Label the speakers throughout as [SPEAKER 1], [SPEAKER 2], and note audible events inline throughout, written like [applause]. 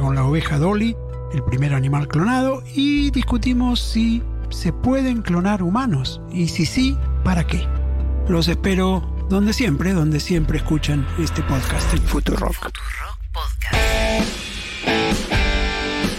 [SPEAKER 1] con la oveja Dolly, el primer animal clonado, y discutimos si se pueden clonar humanos y si sí, ¿para qué? Los espero donde siempre, donde siempre escuchan este podcast, el Futuro Rock.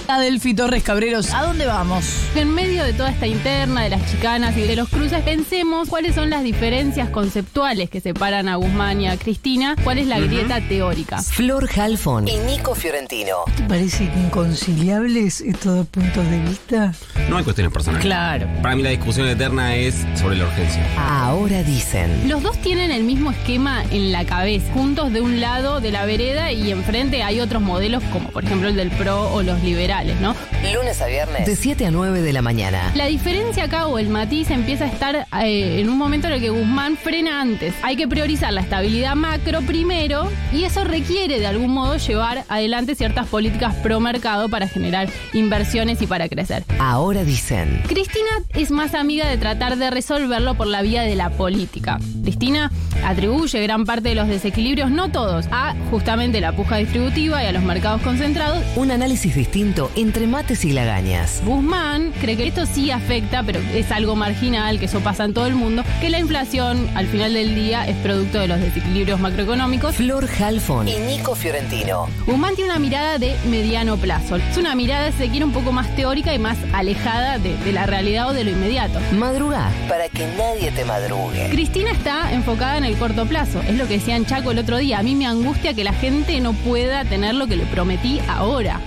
[SPEAKER 2] Adelfi Torres Cabreros, ¿a dónde vamos?
[SPEAKER 3] En medio de toda esta interna, de las chicanas y de los cruces, pensemos cuáles son las diferencias conceptuales que separan a Guzmán y a Cristina, cuál es la grieta teórica.
[SPEAKER 4] Flor Halfon
[SPEAKER 5] y Nico Fiorentino.
[SPEAKER 6] ¿Te parece inconciliables estos dos puntos de vista?
[SPEAKER 7] No hay cuestiones personales.
[SPEAKER 2] Claro.
[SPEAKER 7] Para mí la discusión eterna es sobre la urgencia.
[SPEAKER 4] ahora dicen.
[SPEAKER 3] Los dos tienen el mismo esquema en la cabeza, juntos de un lado de la vereda y enfrente hay otros modelos como por ejemplo el del PRO o los liberales, ¿no?
[SPEAKER 5] Lunes a viernes.
[SPEAKER 4] De 7 a 9 de la mañana.
[SPEAKER 3] La diferencia acá o el matiz empieza a estar eh, en un momento en el que Guzmán frena antes. Hay que priorizar la estabilidad macro primero y eso requiere de algún modo llevar adelante ciertas políticas pro mercado para generar inversiones y para crecer.
[SPEAKER 4] Ahora dicen.
[SPEAKER 3] Cristina es más amiga de tratar de resolverlo por la vía de la política. Cristina atribuye gran parte de los desequilibrios, no todos, a justamente la puja distributiva y a los mercados concentrados.
[SPEAKER 4] Un análisis distinto entre mates y lagañas.
[SPEAKER 3] Guzmán cree que esto sí afecta, pero es algo marginal, que eso pasa en todo el mundo, que la inflación al final del día es producto de los desequilibrios macroeconómicos.
[SPEAKER 4] Flor Halfon.
[SPEAKER 5] Y Nico Fiorentino.
[SPEAKER 3] Guzmán tiene una mirada de mediano plazo. Es una mirada, si se quiere, un poco más teórica y más alejada de, de la realidad o de lo inmediato.
[SPEAKER 4] Madrugá.
[SPEAKER 5] Para que nadie te madrugue.
[SPEAKER 3] Cristina está enfocada en el corto plazo. Es lo que decía en Chaco el otro día. A mí me angustia que la gente no pueda tener lo que le prometí ahora.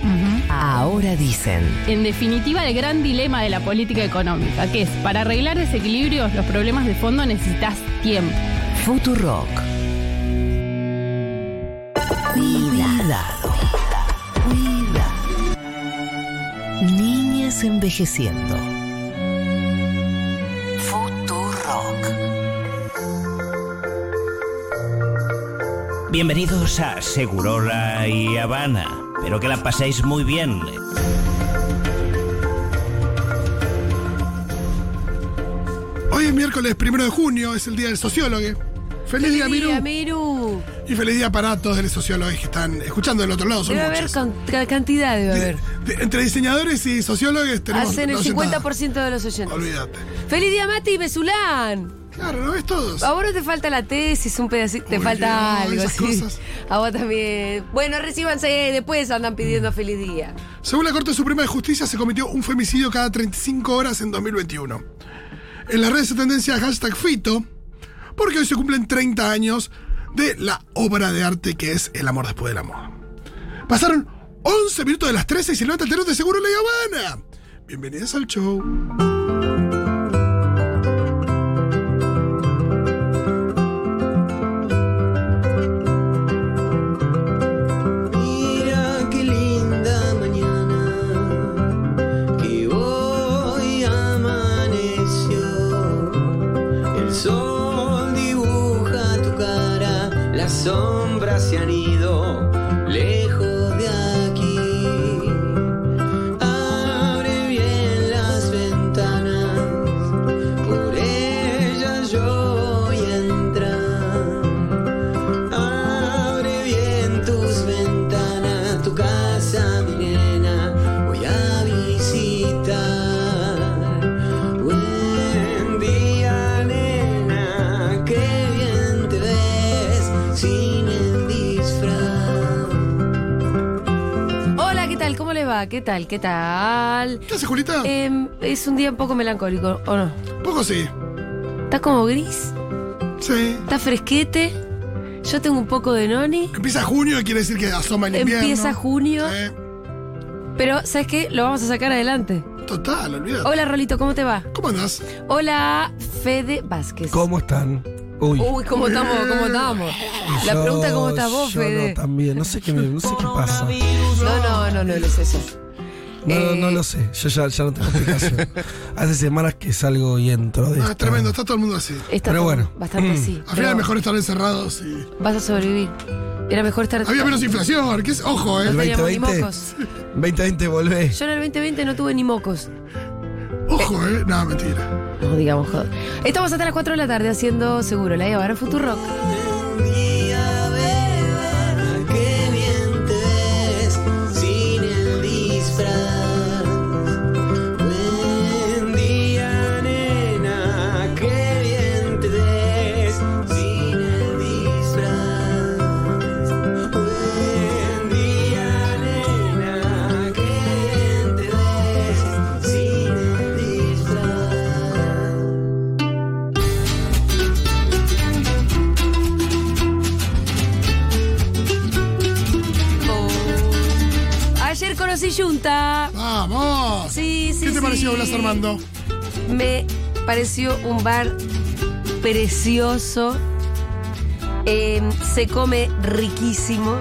[SPEAKER 4] Ahora dicen.
[SPEAKER 3] En definitiva, el gran dilema de la política económica, que es, para arreglar desequilibrios, los problemas de fondo necesitas tiempo.
[SPEAKER 4] Futurock. Cuidado. Cuidado. Niñas envejeciendo. Futurock.
[SPEAKER 8] Bienvenidos a Segurola y Habana. Espero que la paséis muy bien.
[SPEAKER 9] Hoy es miércoles primero de junio, es el día del sociólogo. Feliz, día, Miru.
[SPEAKER 6] Mira, Miru,
[SPEAKER 9] Y feliz día para todos los sociólogos que están escuchando del otro lado. Son
[SPEAKER 6] debe haber
[SPEAKER 9] muchos.
[SPEAKER 6] con- ca- cantidad, debe haber.
[SPEAKER 9] De- entre diseñadores y sociólogos tenemos.
[SPEAKER 6] Hacen el
[SPEAKER 9] 200.
[SPEAKER 6] 50% de los oyentes.
[SPEAKER 9] Olvídate.
[SPEAKER 6] ¡Feliz día, Mati Besulán!
[SPEAKER 9] Claro, ¿no ves todos?
[SPEAKER 6] A vos no te falta la tesis, un pedacito, te
[SPEAKER 9] Muy
[SPEAKER 6] falta
[SPEAKER 9] bien,
[SPEAKER 6] algo,
[SPEAKER 9] esas
[SPEAKER 6] [laughs] sí.
[SPEAKER 9] cosas.
[SPEAKER 6] A vos también. Bueno, recíbanse, eh, después andan pidiendo feliz día.
[SPEAKER 9] Según la Corte Suprema de Justicia, se cometió un femicidio cada 35 horas en 2021. En las redes de tendencia hashtag Fito, porque hoy se cumplen 30 años de la obra de arte que es El amor después del amor. Pasaron 11 minutos de las 13 y se levanta el telón de Seguro La Habana. Bienvenidos al show.
[SPEAKER 10] Mira qué linda mañana que hoy amaneció. El sol dibuja tu cara, las sombras se han ido lejos de aquí. Abre bien las ventanas, por ellas yo voy a entrar. Abre bien tus ventanas, tu casa, mi nena, voy a visitar. Buen día, nena, qué bien te ves sin el disfraz.
[SPEAKER 6] Hola, ¿qué tal? ¿Cómo les va? ¿Qué tal? ¿Qué tal?
[SPEAKER 9] ¿Qué hace, Julita?
[SPEAKER 6] Em, es un día un poco melancólico, ¿o no?
[SPEAKER 9] Poco sí.
[SPEAKER 6] Está como gris,
[SPEAKER 9] Sí.
[SPEAKER 6] está fresquete. Yo tengo un poco de noni.
[SPEAKER 9] Empieza junio, quiere decir que asoma el invierno.
[SPEAKER 6] Empieza junio.
[SPEAKER 9] Sí.
[SPEAKER 6] Pero, ¿sabes qué? Lo vamos a sacar adelante.
[SPEAKER 9] Total, olvídate.
[SPEAKER 6] Hola, Rolito, ¿cómo te va?
[SPEAKER 9] ¿Cómo andás?
[SPEAKER 6] Hola, Fede Vázquez.
[SPEAKER 11] ¿Cómo están? Uy.
[SPEAKER 6] Uy, ¿cómo estamos? ¿Cómo estamos? La
[SPEAKER 11] yo-
[SPEAKER 6] pregunta es ¿cómo estás vos,
[SPEAKER 11] yo
[SPEAKER 6] Fede?
[SPEAKER 11] No, también, no sé qué, me- no sé qué pasa.
[SPEAKER 6] No, no, no, no, lo sé yo.
[SPEAKER 11] No,
[SPEAKER 6] Eh,
[SPEAKER 11] no lo sé, yo ya, ya no tengo explicación.
[SPEAKER 6] [laughs]
[SPEAKER 11] Hace semanas que salgo y entro. de
[SPEAKER 9] Ah,
[SPEAKER 11] esta-
[SPEAKER 9] es tremendo, está todo el mundo así.
[SPEAKER 6] Está
[SPEAKER 11] Pero
[SPEAKER 6] todo
[SPEAKER 11] bueno.
[SPEAKER 6] Bastante así.
[SPEAKER 9] Mm. Al
[SPEAKER 6] pero
[SPEAKER 9] final mejor estar encerrados y.
[SPEAKER 6] Vas a sobrevivir. Era mejor estar.
[SPEAKER 9] Había menos inflación, que es. Ojo,
[SPEAKER 6] No
[SPEAKER 9] eh.
[SPEAKER 6] teníamos ni
[SPEAKER 11] 2020.
[SPEAKER 6] mocos.
[SPEAKER 11] 2020 volvé.
[SPEAKER 6] Yo en el 2020 no tuve ni mocos.
[SPEAKER 9] Ojo, eh. Nada, mentira.
[SPEAKER 6] No digamos joder. Estamos hasta las 4 de la tarde haciendo seguro la Eva en Futurock.
[SPEAKER 10] Día, beba, qué bien te ves sin
[SPEAKER 11] Oh.
[SPEAKER 6] Ayer conocí Junta.
[SPEAKER 9] ¡Vamos!
[SPEAKER 6] Sí, sí.
[SPEAKER 9] ¿Qué te
[SPEAKER 6] sí.
[SPEAKER 9] pareció, Blas Armando?
[SPEAKER 6] Me pareció un bar precioso. Eh, se come riquísimo.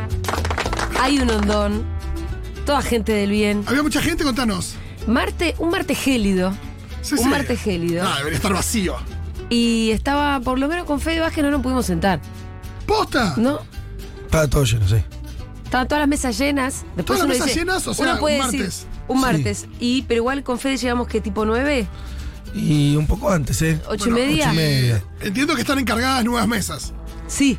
[SPEAKER 6] Hay un hondón. Toda gente del bien.
[SPEAKER 9] Había mucha gente, contanos.
[SPEAKER 6] Marte, un Marte gélido.
[SPEAKER 9] Sí,
[SPEAKER 6] un
[SPEAKER 9] sí.
[SPEAKER 6] Marte gélido.
[SPEAKER 9] Ah, debería estar vacío.
[SPEAKER 6] Y estaba, por lo menos con Fede Vázquez no nos pudimos sentar.
[SPEAKER 9] ¡Posta!
[SPEAKER 6] ¿No?
[SPEAKER 11] Estaba todo lleno, sí.
[SPEAKER 6] Estaban todas las mesas llenas. Después
[SPEAKER 9] ¿Todas las
[SPEAKER 6] uno
[SPEAKER 9] mesas
[SPEAKER 6] dice-
[SPEAKER 9] llenas? O sea,
[SPEAKER 6] uno
[SPEAKER 9] un
[SPEAKER 6] puede
[SPEAKER 9] martes.
[SPEAKER 6] decir, un martes. Y, pero igual con Fede llegamos que tipo 9,
[SPEAKER 11] Y un poco antes, ¿eh?
[SPEAKER 6] 8
[SPEAKER 9] Bueno,
[SPEAKER 6] y media.
[SPEAKER 11] ocho y media.
[SPEAKER 9] Entiendo que están encargadas nuevas mesas.
[SPEAKER 6] Sí,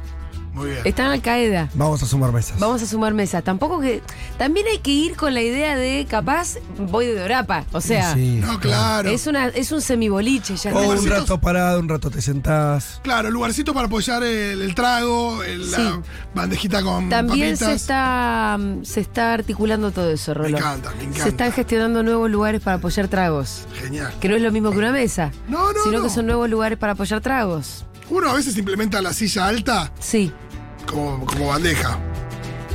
[SPEAKER 9] Muy bien.
[SPEAKER 6] están al Qaeda.
[SPEAKER 11] Vamos a sumar mesas.
[SPEAKER 6] Vamos a sumar mesa. Tampoco que. También hay que ir con la idea de capaz voy de Dorapa. O sea,
[SPEAKER 11] Sí,
[SPEAKER 9] No, claro.
[SPEAKER 6] es una, es un semiboliche ya.
[SPEAKER 11] O
[SPEAKER 6] ¿no?
[SPEAKER 11] un
[SPEAKER 9] Lugarcitos-
[SPEAKER 11] rato parado, un rato te sentás.
[SPEAKER 9] Claro, lugarcito para apoyar el, el trago, el-
[SPEAKER 6] Sí.
[SPEAKER 9] la bandejita con
[SPEAKER 6] También
[SPEAKER 9] papitas.
[SPEAKER 6] se está, mm, se está articulando todo eso,
[SPEAKER 9] Me
[SPEAKER 6] Rolo.
[SPEAKER 9] encanta, me encanta.
[SPEAKER 6] Se están gestionando nuevos lugares para apoyar tragos.
[SPEAKER 9] Genial.
[SPEAKER 6] Que no es lo mismo que una mesa.
[SPEAKER 9] Eh, No, no,
[SPEAKER 6] Sino
[SPEAKER 9] no.
[SPEAKER 6] que son nuevos lugares para apoyar tragos.
[SPEAKER 9] Uno a veces implementa la silla alta
[SPEAKER 6] Sí.
[SPEAKER 9] como, como bandeja.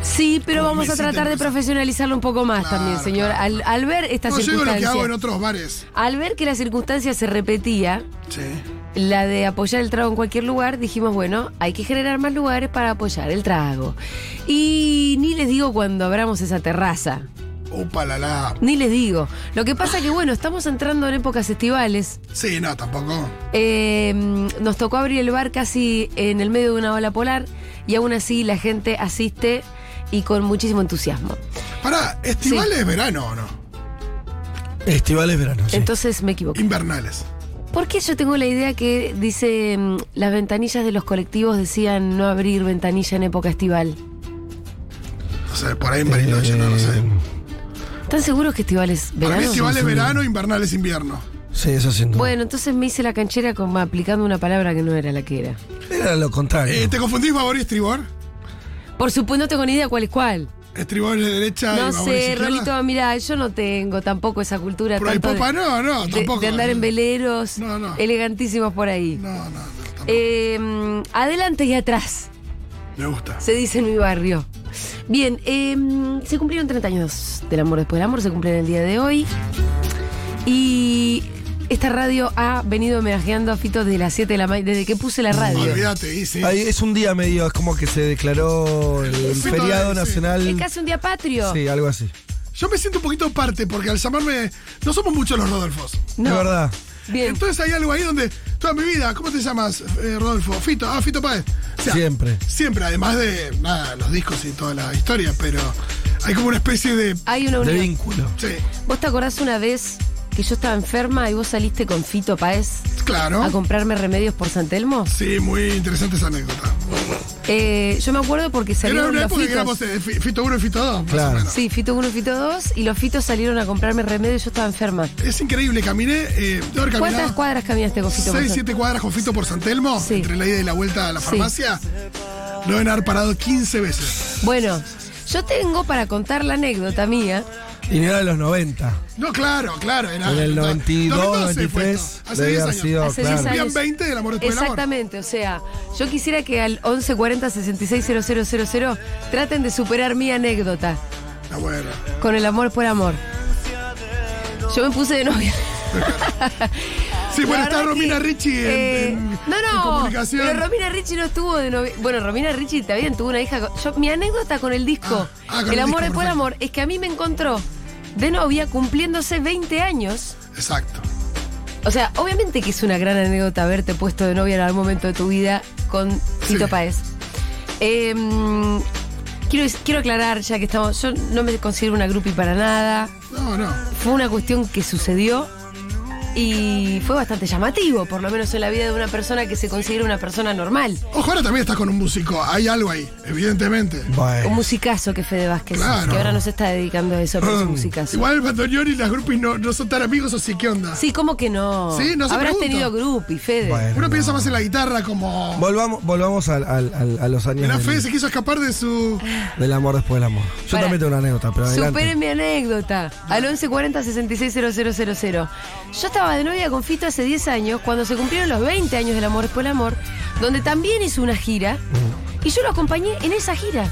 [SPEAKER 6] Sí, pero
[SPEAKER 9] Como
[SPEAKER 6] vamos a
[SPEAKER 9] mesita
[SPEAKER 6] tratar de
[SPEAKER 9] empezar.
[SPEAKER 6] profesionalizarlo un poco más
[SPEAKER 9] Claro,
[SPEAKER 6] también, señor.
[SPEAKER 9] claro,
[SPEAKER 6] Al, al ver esta
[SPEAKER 9] No llego a lo que
[SPEAKER 6] circunstancia.
[SPEAKER 9] hago en otros bares.
[SPEAKER 6] Al ver que la circunstancia se repetía,
[SPEAKER 9] Sí.
[SPEAKER 6] la de apoyar el trago en cualquier lugar, dijimos, bueno, hay que generar más lugares para apoyar el trago. Y ni les digo cuando abramos esa terraza.
[SPEAKER 9] Upa la la.
[SPEAKER 6] Ni les digo. Lo que pasa que, bueno, estamos entrando en épocas estivales.
[SPEAKER 9] Sí, no, tampoco.
[SPEAKER 6] Eh, nos tocó abrir el bar casi en el medio de una ola polar y aún así la gente asiste y con muchísimo entusiasmo.
[SPEAKER 9] Pará, ¿estival es verano o no?
[SPEAKER 11] Estival es verano, sí.
[SPEAKER 6] Entonces me equivoqué.
[SPEAKER 9] Invernales.
[SPEAKER 6] ¿Por qué yo tengo la idea que dice mm, las ventanillas de los colectivos decían no abrir ventanilla en época estival?
[SPEAKER 9] No sé, por ahí en Bariloche, no lo sé.
[SPEAKER 6] ¿Están seguros que estival es
[SPEAKER 11] Eh,
[SPEAKER 9] Para mí
[SPEAKER 6] verano?
[SPEAKER 9] estival es
[SPEAKER 11] sí.
[SPEAKER 9] verano, invernal es invierno.
[SPEAKER 11] Sí, eso sin duda.
[SPEAKER 6] Bueno, entonces me hice la canchera con, aplicando una palabra que no era la que era.
[SPEAKER 11] Era lo contrario.
[SPEAKER 9] Eh, ¿Te confundís babor y estribor?
[SPEAKER 6] Por supuesto, no tengo ni idea cuál es cuál.
[SPEAKER 9] Estribor es de derecha y
[SPEAKER 6] No
[SPEAKER 9] babor es
[SPEAKER 6] sé,
[SPEAKER 9] izquierda.
[SPEAKER 6] Rolito, mira, yo no tengo tampoco esa cultura
[SPEAKER 9] Pero hay
[SPEAKER 6] tanto de-
[SPEAKER 9] popa, no, no,
[SPEAKER 6] de,
[SPEAKER 9] tampoco.
[SPEAKER 6] de andar en veleros
[SPEAKER 9] No, no.
[SPEAKER 6] elegantísimos por ahí.
[SPEAKER 9] No, no, no. tampoco.
[SPEAKER 6] Eh, mm, adelante y atrás,
[SPEAKER 9] Me gusta.
[SPEAKER 6] se dice en mi barrio. Bien, eh, mm, se cumplieron 30 años del amor después del amor, se cumplen el día de hoy. Y esta radio ha venido homenajeando a Fito desde las 7 de la mañana, desde que puse la radio.
[SPEAKER 9] Olvídate, y sí.
[SPEAKER 11] Ahí es un día medio, es como que se declaró el
[SPEAKER 9] Sí,
[SPEAKER 11] feriado
[SPEAKER 9] sí.
[SPEAKER 11] nacional.
[SPEAKER 6] Es casi un día patrio.
[SPEAKER 11] Sí, algo así.
[SPEAKER 9] Yo me siento un poquito parte porque al llamarme. No somos muchos los Rodolfos.
[SPEAKER 6] No.
[SPEAKER 11] Es verdad.
[SPEAKER 6] Bien.
[SPEAKER 9] Entonces hay algo ahí donde toda mi vida, ¿cómo te llamas, eh, Rodolfo? Fito, ah, Fito Páez. O sea,
[SPEAKER 11] Siempre.
[SPEAKER 9] Siempre, además de nada, los discos y toda la historia, pero hay como una especie de.
[SPEAKER 6] Hay una
[SPEAKER 11] De
[SPEAKER 6] unión.
[SPEAKER 11] vínculo.
[SPEAKER 9] Sí,
[SPEAKER 6] ¿Vos te acordás una vez que yo estaba enferma y vos saliste con Fito Paez a
[SPEAKER 9] claro.
[SPEAKER 6] comprarme remedios por San Telmo?
[SPEAKER 9] Sí, muy interesante esa anécdota.
[SPEAKER 6] Eh, yo me acuerdo porque
[SPEAKER 9] Era
[SPEAKER 6] salieron
[SPEAKER 9] una
[SPEAKER 6] los
[SPEAKER 9] época que
[SPEAKER 6] fitos.
[SPEAKER 9] éramos eh, fi- Fito 1 y Fito 2.
[SPEAKER 11] Claro.
[SPEAKER 6] Sí, Fito 1, Fito 2 y los Fitos salieron a comprarme remedios y yo estaba enferma.
[SPEAKER 9] Es increíble, caminé. Eh, debo haber
[SPEAKER 6] ¿Cuántas
[SPEAKER 9] caminado
[SPEAKER 6] cuadras caminaste con Fito?
[SPEAKER 9] 6,
[SPEAKER 6] Gonzalo?
[SPEAKER 9] 7 cuadras con Fito por San Telmo,
[SPEAKER 6] Sí.
[SPEAKER 9] entre la ida y la vuelta a la
[SPEAKER 6] Sí.
[SPEAKER 9] farmacia. Lo deben haber parado 15 veces.
[SPEAKER 6] Bueno, yo tengo para contar la anécdota mía.
[SPEAKER 11] Y no era de los 90.
[SPEAKER 9] No, claro, claro. Era,
[SPEAKER 11] En el
[SPEAKER 9] no,
[SPEAKER 11] 92,
[SPEAKER 9] 2012 fue esto,
[SPEAKER 11] 93.
[SPEAKER 9] Hace
[SPEAKER 11] debe
[SPEAKER 9] 10
[SPEAKER 11] haber
[SPEAKER 9] años.
[SPEAKER 11] sido,
[SPEAKER 6] Hace 10
[SPEAKER 11] claro.
[SPEAKER 6] años.
[SPEAKER 9] Cumplían 20 del amor después del amor.
[SPEAKER 6] Exactamente, o sea, yo quisiera que al 1140 660000 traten de superar mi anécdota
[SPEAKER 9] Ah, bueno.
[SPEAKER 6] con el amor por amor. Yo me puse de novia.
[SPEAKER 9] [laughs] Sí, bueno,
[SPEAKER 6] La
[SPEAKER 9] está
[SPEAKER 6] verdad
[SPEAKER 9] Romina
[SPEAKER 6] que,
[SPEAKER 9] Ricci en,
[SPEAKER 6] eh,
[SPEAKER 9] en-
[SPEAKER 6] no, no,
[SPEAKER 9] en comunicación.
[SPEAKER 6] Pero Romina Ricci no estuvo de novia. Bueno, Romina Ricci está bien, tuvo una hija. con- yo- mi anécdota con el disco,
[SPEAKER 9] Ah, ah, con
[SPEAKER 6] El amor
[SPEAKER 9] el disco,
[SPEAKER 6] después del
[SPEAKER 9] perfecto.
[SPEAKER 6] amor, es que a mí me encontró de novia cumpliéndose 20 años.
[SPEAKER 9] Exacto.
[SPEAKER 6] O sea, obviamente que es una gran anécdota haberte puesto de novia en algún momento de tu vida con Fito
[SPEAKER 9] Sí.
[SPEAKER 6] Páez. Eh, quiero, quiero aclarar, ya que estamos. Yo no me considero una groupie para nada.
[SPEAKER 9] No, no.
[SPEAKER 6] Fue una cuestión que sucedió y fue bastante llamativo, por lo menos en la vida de una persona que se considera una persona normal.
[SPEAKER 9] Ojo, ahora también estás con un músico. Hay algo ahí, evidentemente.
[SPEAKER 6] Un
[SPEAKER 11] Bueno.
[SPEAKER 6] musicazo que es Fede Vázquez,
[SPEAKER 9] Eh. Claro. Mm.
[SPEAKER 6] que ahora nos está dedicando a eso, pero es un musicazo.
[SPEAKER 9] Igual el bandoneón y las groupies no, no son tan amigos o sí, ¿qué onda?
[SPEAKER 6] Sí, ¿cómo que no?
[SPEAKER 9] Sí, no se
[SPEAKER 6] Habrás
[SPEAKER 9] pregunto.
[SPEAKER 6] tenido groupie, Fede.
[SPEAKER 11] Bueno,
[SPEAKER 9] Uno
[SPEAKER 11] no.
[SPEAKER 9] piensa más en la guitarra como...
[SPEAKER 11] Volvamos, volvamos al- al- al- a los años
[SPEAKER 9] La fe
[SPEAKER 11] del,
[SPEAKER 9] se quiso escapar de su...
[SPEAKER 11] del amor después del amor. Yo
[SPEAKER 6] Para.
[SPEAKER 11] también tengo una anécdota, pero adelante.
[SPEAKER 6] Superen mi anécdota. Al 1140-660000. Yo estaba de novia con Fito hace 10 años, cuando se cumplieron los 20 años del amor después del amor, donde también hizo una gira. Y yo lo acompañé en esa gira.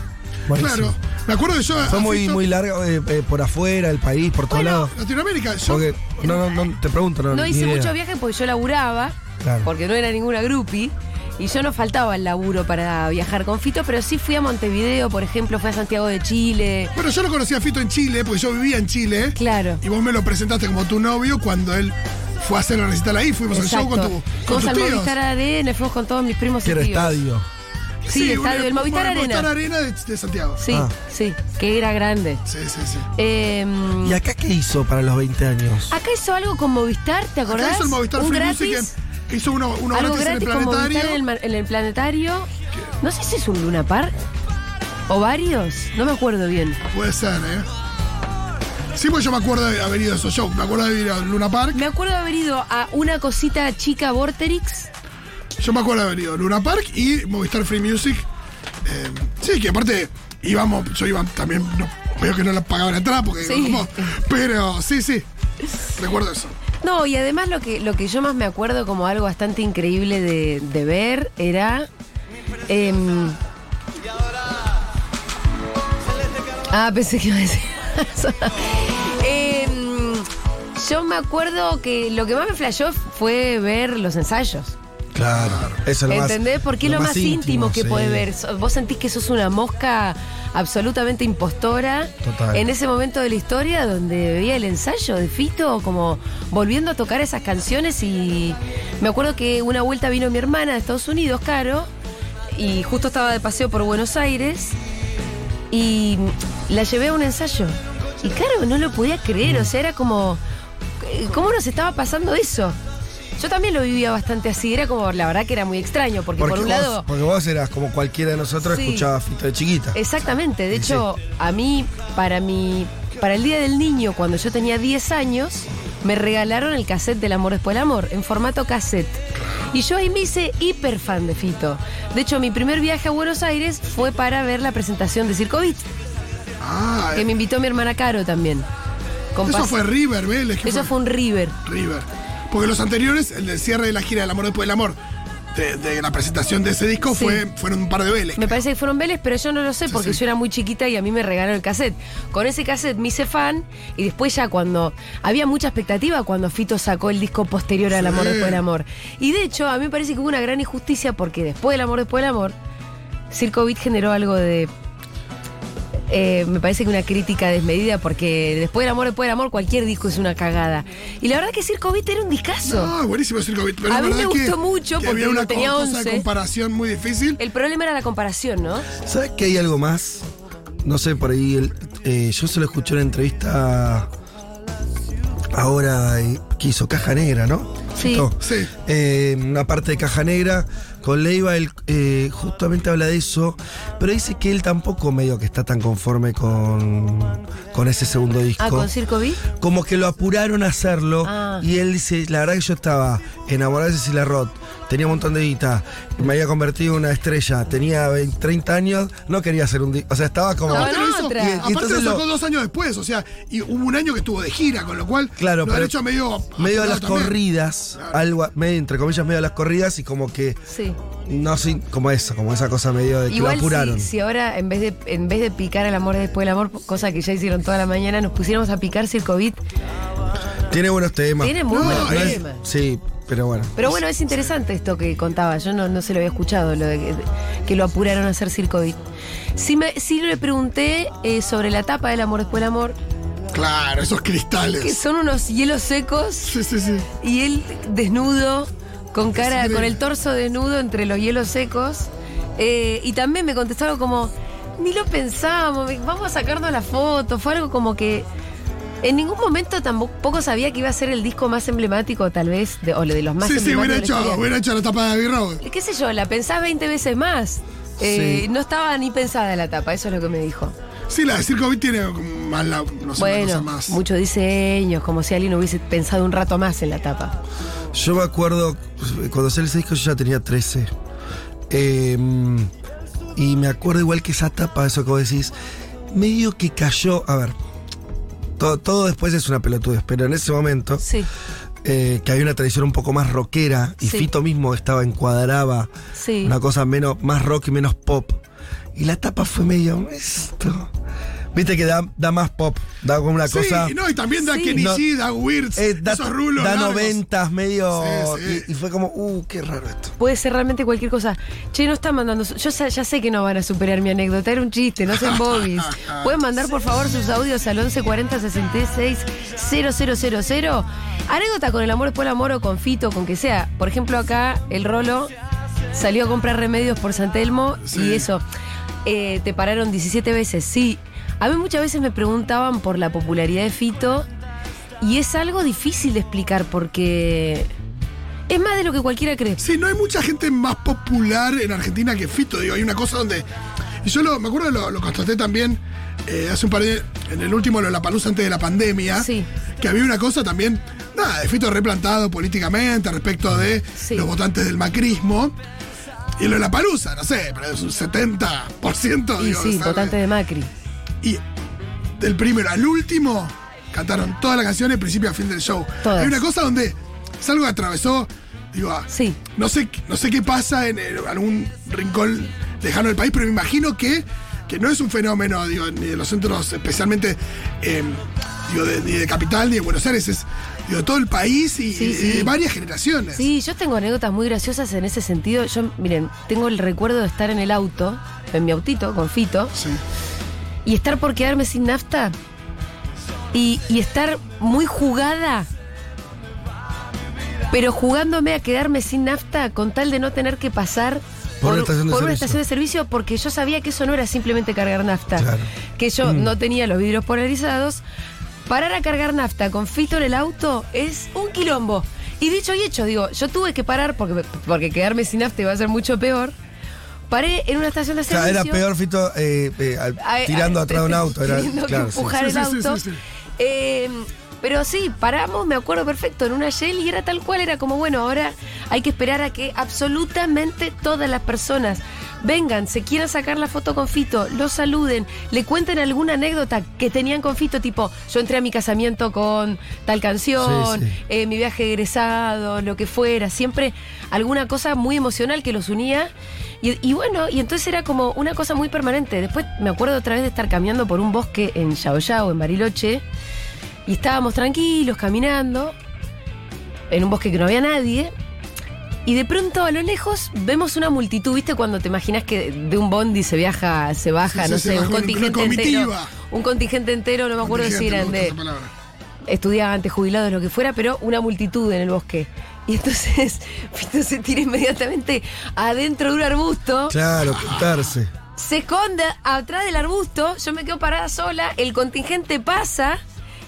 [SPEAKER 11] Buenísimo.
[SPEAKER 9] Claro. Me acuerdo que yo.
[SPEAKER 11] Fue
[SPEAKER 9] a
[SPEAKER 11] muy,
[SPEAKER 9] Fito-
[SPEAKER 11] muy largo eh, eh, por afuera, el país, por todos lados.
[SPEAKER 9] Latinoamérica. Yo,
[SPEAKER 11] Porque, no, no, no, te pregunto, no.
[SPEAKER 6] No
[SPEAKER 11] ni
[SPEAKER 6] hice
[SPEAKER 11] idea.
[SPEAKER 6] muchos viajes porque yo laburaba,
[SPEAKER 11] Claro.
[SPEAKER 6] porque no era ninguna grupi. Y yo no faltaba el laburo para viajar con Fito, pero sí fui a Montevideo, por ejemplo, fui a Santiago de Chile.
[SPEAKER 9] Bueno, yo lo conocí a Fito en Chile, porque yo vivía en Chile.
[SPEAKER 6] Claro.
[SPEAKER 9] Y vos me lo presentaste como tu novio cuando él fue a hacer la recital ahí. Fuimos al show con tu. Con
[SPEAKER 6] Fuimos
[SPEAKER 9] tus
[SPEAKER 6] al
[SPEAKER 9] tíos.
[SPEAKER 6] Movistar Arena, fuimos con todos mis primos y
[SPEAKER 11] Que era
[SPEAKER 6] tíos.
[SPEAKER 11] estadio.
[SPEAKER 6] Sí, estadio,
[SPEAKER 9] un-
[SPEAKER 6] el Movistar
[SPEAKER 9] un-
[SPEAKER 6] Arena.
[SPEAKER 9] Movistar Arena de, de Santiago.
[SPEAKER 6] Sí,
[SPEAKER 11] Ah.
[SPEAKER 6] sí, que era grande.
[SPEAKER 9] Sí, sí, sí.
[SPEAKER 6] Eh,
[SPEAKER 11] ¿Y acá qué hizo para los 20 años?
[SPEAKER 6] acá hizo algo con Movistar, ¿te
[SPEAKER 9] Acá
[SPEAKER 6] acordás?
[SPEAKER 9] hizo el Movistar
[SPEAKER 6] Un
[SPEAKER 9] Free
[SPEAKER 6] gratis,
[SPEAKER 9] Music, que hizo uno, uno
[SPEAKER 6] algo
[SPEAKER 9] gratis,
[SPEAKER 6] gratis
[SPEAKER 9] en
[SPEAKER 6] con
[SPEAKER 9] el planetario.
[SPEAKER 6] Movistar en el, mar- en el planetario. No sé si es un Luna Park o varios, no me acuerdo bien.
[SPEAKER 9] Puede ser, ¿eh? Sí, pues yo me acuerdo de haber ido a esos shows. Me acuerdo de ir a Luna Park.
[SPEAKER 6] Me acuerdo de haber ido a una cosita chica Vorterix.
[SPEAKER 9] Yo me acuerdo de haber ido a Luna Park y Movistar Free Music. Eh, sí, que aparte íbamos, yo iba también, no, veo que no la pagaban atrás porque
[SPEAKER 6] Sí.
[SPEAKER 9] como- pero sí, sí. Recuerdo eso.
[SPEAKER 6] No, y además lo que, lo que yo más me acuerdo como algo bastante increíble de, de ver era. em, ah, pensé que iba a decir. eso. [laughs] Em, yo me acuerdo que lo que más me flashó fue ver los ensayos.
[SPEAKER 11] Claro. Eso es lo más-
[SPEAKER 6] ¿Entendés? Porque es lo, más íntimo, que
[SPEAKER 11] sí.
[SPEAKER 6] podés ver. So- Vos sentís que sos una mosca absolutamente impostora
[SPEAKER 11] Total.
[SPEAKER 6] en ese momento de la historia donde veía el ensayo de Fito, como volviendo a tocar esas canciones y me acuerdo que una vuelta vino mi hermana de Estados Unidos, Caro, y justo estaba de paseo por Buenos Aires y la llevé a un ensayo. Y claro, no lo podía creer, o sea, era como, Eh, ¿cómo nos estaba pasando eso? Yo también lo vivía bastante así, era como, la verdad que era muy extraño, porque,
[SPEAKER 11] Porque,
[SPEAKER 6] por un
[SPEAKER 11] vos,
[SPEAKER 6] lado...
[SPEAKER 11] porque vos eras como cualquiera de nosotros,
[SPEAKER 6] Sí.
[SPEAKER 11] escuchabas Fito de chiquita.
[SPEAKER 6] Exactamente,
[SPEAKER 11] Sí,
[SPEAKER 6] de hecho, a mí, para mi, para el Día del Niño, cuando yo tenía 10 años, me regalaron el cassette del amor después del amor, en formato cassette. Y yo ahí me hice hiper fan de Fito. De hecho, mi primer viaje a Buenos Aires fue para ver la presentación de Circo Beat,
[SPEAKER 9] Ah,
[SPEAKER 6] que me invitó mi hermana Caro también. Con
[SPEAKER 9] eso
[SPEAKER 6] pas-
[SPEAKER 9] fue River, Vélez. que
[SPEAKER 6] eso fue un River.
[SPEAKER 9] River. Porque los anteriores, el del cierre de la gira del amor después del amor, de, de la presentación de ese disco,
[SPEAKER 6] Sí.
[SPEAKER 9] fue, fueron un par de Vélez.
[SPEAKER 6] Me parece que fueron Vélez, pero yo no lo sé
[SPEAKER 9] Sí,
[SPEAKER 6] porque
[SPEAKER 9] sí.
[SPEAKER 6] yo era muy chiquita y a mí me regalaron el cassette. Con ese cassette me hice fan y después ya cuando había mucha expectativa cuando Fito sacó el disco posterior al
[SPEAKER 9] Sí.
[SPEAKER 6] Amor después del amor. Y de hecho, a mí me parece que hubo una gran injusticia porque después del amor después del amor, Circo Beat generó algo de eh, me parece que una crítica desmedida porque después del amor, después del amor, cualquier disco es una cagada. Y la verdad que Circo Beat era un discazo.
[SPEAKER 9] No, Ah, buenísimo Circo Beat, Pero
[SPEAKER 6] A
[SPEAKER 9] la
[SPEAKER 6] mí me
[SPEAKER 9] verdad que-
[SPEAKER 6] gustó mucho
[SPEAKER 9] que
[SPEAKER 6] porque
[SPEAKER 9] había una
[SPEAKER 6] tenía Eh,
[SPEAKER 9] cosa
[SPEAKER 6] 11.
[SPEAKER 9] de comparación muy difícil.
[SPEAKER 6] El problema era la comparación, ¿no? Ah,
[SPEAKER 11] ¿Sabes que hay algo más? No sé, por ahí. el- eh, yo se lo escuché en una entrevista ahora eh, que hizo Caja Negra, ¿no?
[SPEAKER 6] Sí.
[SPEAKER 11] Fito.
[SPEAKER 9] Sí.
[SPEAKER 11] Eh, una parte de Caja Negra con Leiva, él eh, justamente habla de eso, pero dice que él tampoco medio que está tan conforme con, con ese segundo disco
[SPEAKER 6] Ah, con Circo Beat.
[SPEAKER 11] como que lo apuraron a hacerlo.
[SPEAKER 6] Ah.
[SPEAKER 11] Y él dice, la verdad que yo estaba enamorado de Cecilia Roth, tenía un montón de guita, me había convertido en una estrella, tenía 20, 30 años, no quería hacer un disco. O sea, estaba como...
[SPEAKER 6] No,
[SPEAKER 9] Aparte
[SPEAKER 6] no,
[SPEAKER 9] lo hizo-
[SPEAKER 6] otra.
[SPEAKER 11] Y- y
[SPEAKER 9] aparte
[SPEAKER 11] entonces
[SPEAKER 9] lo
[SPEAKER 11] lo-
[SPEAKER 9] sacó dos años después, o sea, y hubo un año que estuvo de gira, con lo cual
[SPEAKER 11] Claro,
[SPEAKER 9] lo han
[SPEAKER 11] pero-
[SPEAKER 9] hecho medio.
[SPEAKER 11] medio a
[SPEAKER 9] apurado
[SPEAKER 11] las
[SPEAKER 9] también.
[SPEAKER 11] corridas, algo, a- medio, entre comillas, medio a las corridas y como que...
[SPEAKER 6] Sí.
[SPEAKER 11] No sé, como eso, como esa cosa medio de que
[SPEAKER 6] Igual
[SPEAKER 11] lo apuraron.
[SPEAKER 6] Si, si ahora en vez de en vez de picar el amor después del amor, cosa que ya hicieron toda la mañana, nos pusiéramos a picar Circo Beat,
[SPEAKER 11] Tiene buenos temas.
[SPEAKER 6] tiene muy
[SPEAKER 9] No,
[SPEAKER 6] buenos
[SPEAKER 11] No es-
[SPEAKER 6] temas.
[SPEAKER 11] Sí, pero bueno.
[SPEAKER 6] Pero bueno, es interesante esto que contaba. Yo no, no se lo había escuchado, lo de que, que lo apuraron a hacer Circo Beat. Sí, me, sí le pregunté eh, sobre la tapa del amor después del amor,
[SPEAKER 9] Claro, esos cristales.
[SPEAKER 6] que son unos hielos secos
[SPEAKER 9] Sí, sí, sí.
[SPEAKER 6] y él desnudo, con cara,
[SPEAKER 9] increíble.
[SPEAKER 6] con el torso desnudo entre los hielos secos. Eh, y también me contestó algo como, ni lo pensamos, me- vamos a sacarnos la foto. Fue algo como que en ningún momento tampoco sabía que iba a ser el disco más emblemático, tal vez, de, o de los más
[SPEAKER 9] sí, sí, hubiera
[SPEAKER 6] emblemáticos. de la
[SPEAKER 9] hecho,
[SPEAKER 6] historia.
[SPEAKER 9] hubiera hecho la tapa de Birro.
[SPEAKER 6] ¿Qué sé yo? La pensás 20 veces más. Eh,
[SPEAKER 11] Sí.
[SPEAKER 6] No estaba ni pensada la tapa, eso es lo que me dijo.
[SPEAKER 9] Sí, la de Circo Beat tiene como más la, no sé, una cosa
[SPEAKER 6] bueno,
[SPEAKER 9] más.
[SPEAKER 6] muchos diseños, como si alguien hubiese pensado un rato más en la tapa.
[SPEAKER 11] Yo me acuerdo, pues, cuando salió ese disco yo ya tenía 13. Eh, y me acuerdo igual que esa tapa, eso que vos decís, medio que cayó, a ver, todo, todo después es una pelotudez, pero en ese momento,
[SPEAKER 6] Sí,
[SPEAKER 11] eh, que había una tradición un poco más rockera, y
[SPEAKER 6] Sí.
[SPEAKER 11] Fito mismo estaba, encuadraba
[SPEAKER 6] sí.
[SPEAKER 11] una cosa menos, más rock y menos pop. Y la tapa fue medio esto. Viste que da, da más pop, da como una
[SPEAKER 9] Sí,
[SPEAKER 11] cosa.
[SPEAKER 9] no, y también da Kenny G, da Weirds,
[SPEAKER 11] eh, da,
[SPEAKER 9] esos rulos
[SPEAKER 11] Da
[SPEAKER 9] largos.
[SPEAKER 11] noventas, medio.
[SPEAKER 9] Sí, sí.
[SPEAKER 11] Y, y fue como, uh, qué raro esto.
[SPEAKER 6] Puede ser realmente cualquier cosa. Che, no está mandando. su- Yo sa- ya sé que no van a superar mi anécdota. Era un chiste, no sean bobbies. Pueden mandar, por favor, sus audios al 1140 66 000. Anécdota con el amor, después el amor o con Fito, con que sea. Por ejemplo, acá el Rolo salió a comprar remedios por San Telmo y eso. Eh, te pararon 17 veces. Sí. A mí muchas veces me preguntaban por la popularidad de Fito y es algo difícil de explicar porque. Es más de lo que cualquiera cree.
[SPEAKER 9] Sí, no hay mucha gente más popular en Argentina que Fito. Digo, hay una cosa donde. Y yo lo- me acuerdo, lo, lo constaté también eh, hace un par de. En el último la Palusa antes de la pandemia. Que había una cosa también. Nada, de Fito replantado políticamente respecto de los votantes del macrismo. Y lo de la Palusa, no sé, pero es un 70%.
[SPEAKER 6] Y
[SPEAKER 9] digo,
[SPEAKER 6] sí,
[SPEAKER 9] ¿sabes?
[SPEAKER 6] votante de Macri.
[SPEAKER 9] Y del primero al último cantaron todas las canciones, principio a fin del show.
[SPEAKER 6] Todas.
[SPEAKER 9] Hay una cosa donde es algo que atravesó, digo, ah, no, sé, no sé qué pasa en, eh, algún rincón lejano del país, pero me imagino que, que no es un fenómeno, digo, ni de los centros, especialmente, eh, digo, de- ni de Capital, ni de Buenos Aires, es digo, todo el país y, y de varias generaciones.
[SPEAKER 6] Sí, yo tengo anécdotas muy graciosas en ese sentido. Yo, miren, tengo el recuerdo de estar en el auto, en mi autito, con Fito, y estar por quedarme sin nafta y, y estar muy jugada, pero jugándome a quedarme sin nafta con tal de no tener que pasar
[SPEAKER 11] Por una estación de
[SPEAKER 6] por una
[SPEAKER 11] servicio.
[SPEAKER 6] estación de servicio, porque yo sabía que eso no era simplemente cargar nafta.
[SPEAKER 11] Claro.
[SPEAKER 6] que yo no tenía los vidrios polarizados, parar a cargar nafta con Fito en el auto es un quilombo. Y dicho y hecho, digo, yo tuve que parar porque, porque quedarme sin nafta iba a ser mucho peor. Paré en una estación de
[SPEAKER 11] O sea,
[SPEAKER 6] servicio.
[SPEAKER 11] era peor Fito eh, eh, al-
[SPEAKER 6] Ay,
[SPEAKER 11] tirando
[SPEAKER 6] ay,
[SPEAKER 11] atrás de un auto. Era,
[SPEAKER 6] Ah, teniendo que
[SPEAKER 11] claro, sí.
[SPEAKER 6] empujar el auto. Eh, pero sí, paramos, me acuerdo perfecto, en una Shell y era tal cual, era como, bueno, ahora hay que esperar a que absolutamente todas las personas vengan, se quieran sacar la foto con Fito, lo saluden, le cuenten alguna anécdota que tenían con Fito, tipo, yo entré a mi casamiento con tal canción,
[SPEAKER 12] Sí,
[SPEAKER 6] eh, mi viaje de egresado, lo que fuera, siempre alguna cosa muy emocional que los unía. Y, y bueno, y entonces era como una cosa muy permanente. Después me acuerdo otra vez de estar caminando por un bosque en Yao Yao, en Bariloche, y estábamos tranquilos caminando, en un bosque que no había nadie. Y de pronto a lo lejos vemos una multitud, ¿viste? Cuando te imaginas que de un bondi se viaja, se baja,
[SPEAKER 9] Sí, sí,
[SPEAKER 6] no
[SPEAKER 9] se
[SPEAKER 6] sé,
[SPEAKER 9] baja
[SPEAKER 6] un
[SPEAKER 9] una-
[SPEAKER 6] contingente
[SPEAKER 9] una
[SPEAKER 6] entero.
[SPEAKER 9] comitiva.
[SPEAKER 6] Un contingente entero, no me acuerdo si
[SPEAKER 9] Gente, me
[SPEAKER 6] eran
[SPEAKER 9] gusta
[SPEAKER 6] de
[SPEAKER 9] esa palabra.
[SPEAKER 6] estudiantes, jubilados, lo que fuera, pero una multitud en el bosque. Y entonces [laughs] Fito se tira inmediatamente adentro de un arbusto,
[SPEAKER 11] Claro, ocultarse.
[SPEAKER 6] se esconde atrás del arbusto, yo me quedo parada sola, el contingente pasa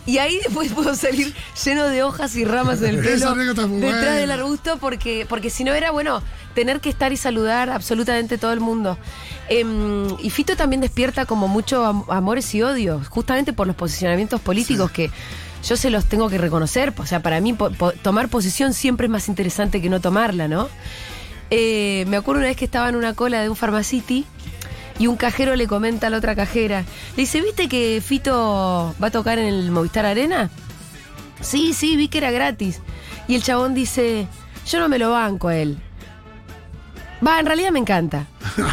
[SPEAKER 6] y ahí [laughs] después puedo salir lleno de hojas y ramas en el
[SPEAKER 9] [laughs] Esa
[SPEAKER 6] pelo
[SPEAKER 9] anécdota
[SPEAKER 6] detrás
[SPEAKER 9] es muy buena.
[SPEAKER 6] del arbusto porque, porque si no era bueno tener que estar y saludar absolutamente todo el mundo. Em, y Fito también despierta como mucho am- amores y odios, justamente por los posicionamientos políticos que yo se los tengo que reconocer. O sea, para mí po- po- tomar posición siempre es más interesante que no tomarla, ¿no? Eh, me acuerdo una vez que estaba en una cola de un Pharmacity y un cajero le comenta a la otra cajera. Le dice, ¿viste que Fito va a tocar en el Movistar Arena? Sí, sí, vi que era gratis. Y el chabón dice, yo no me lo banco a él. Va, en realidad me encanta.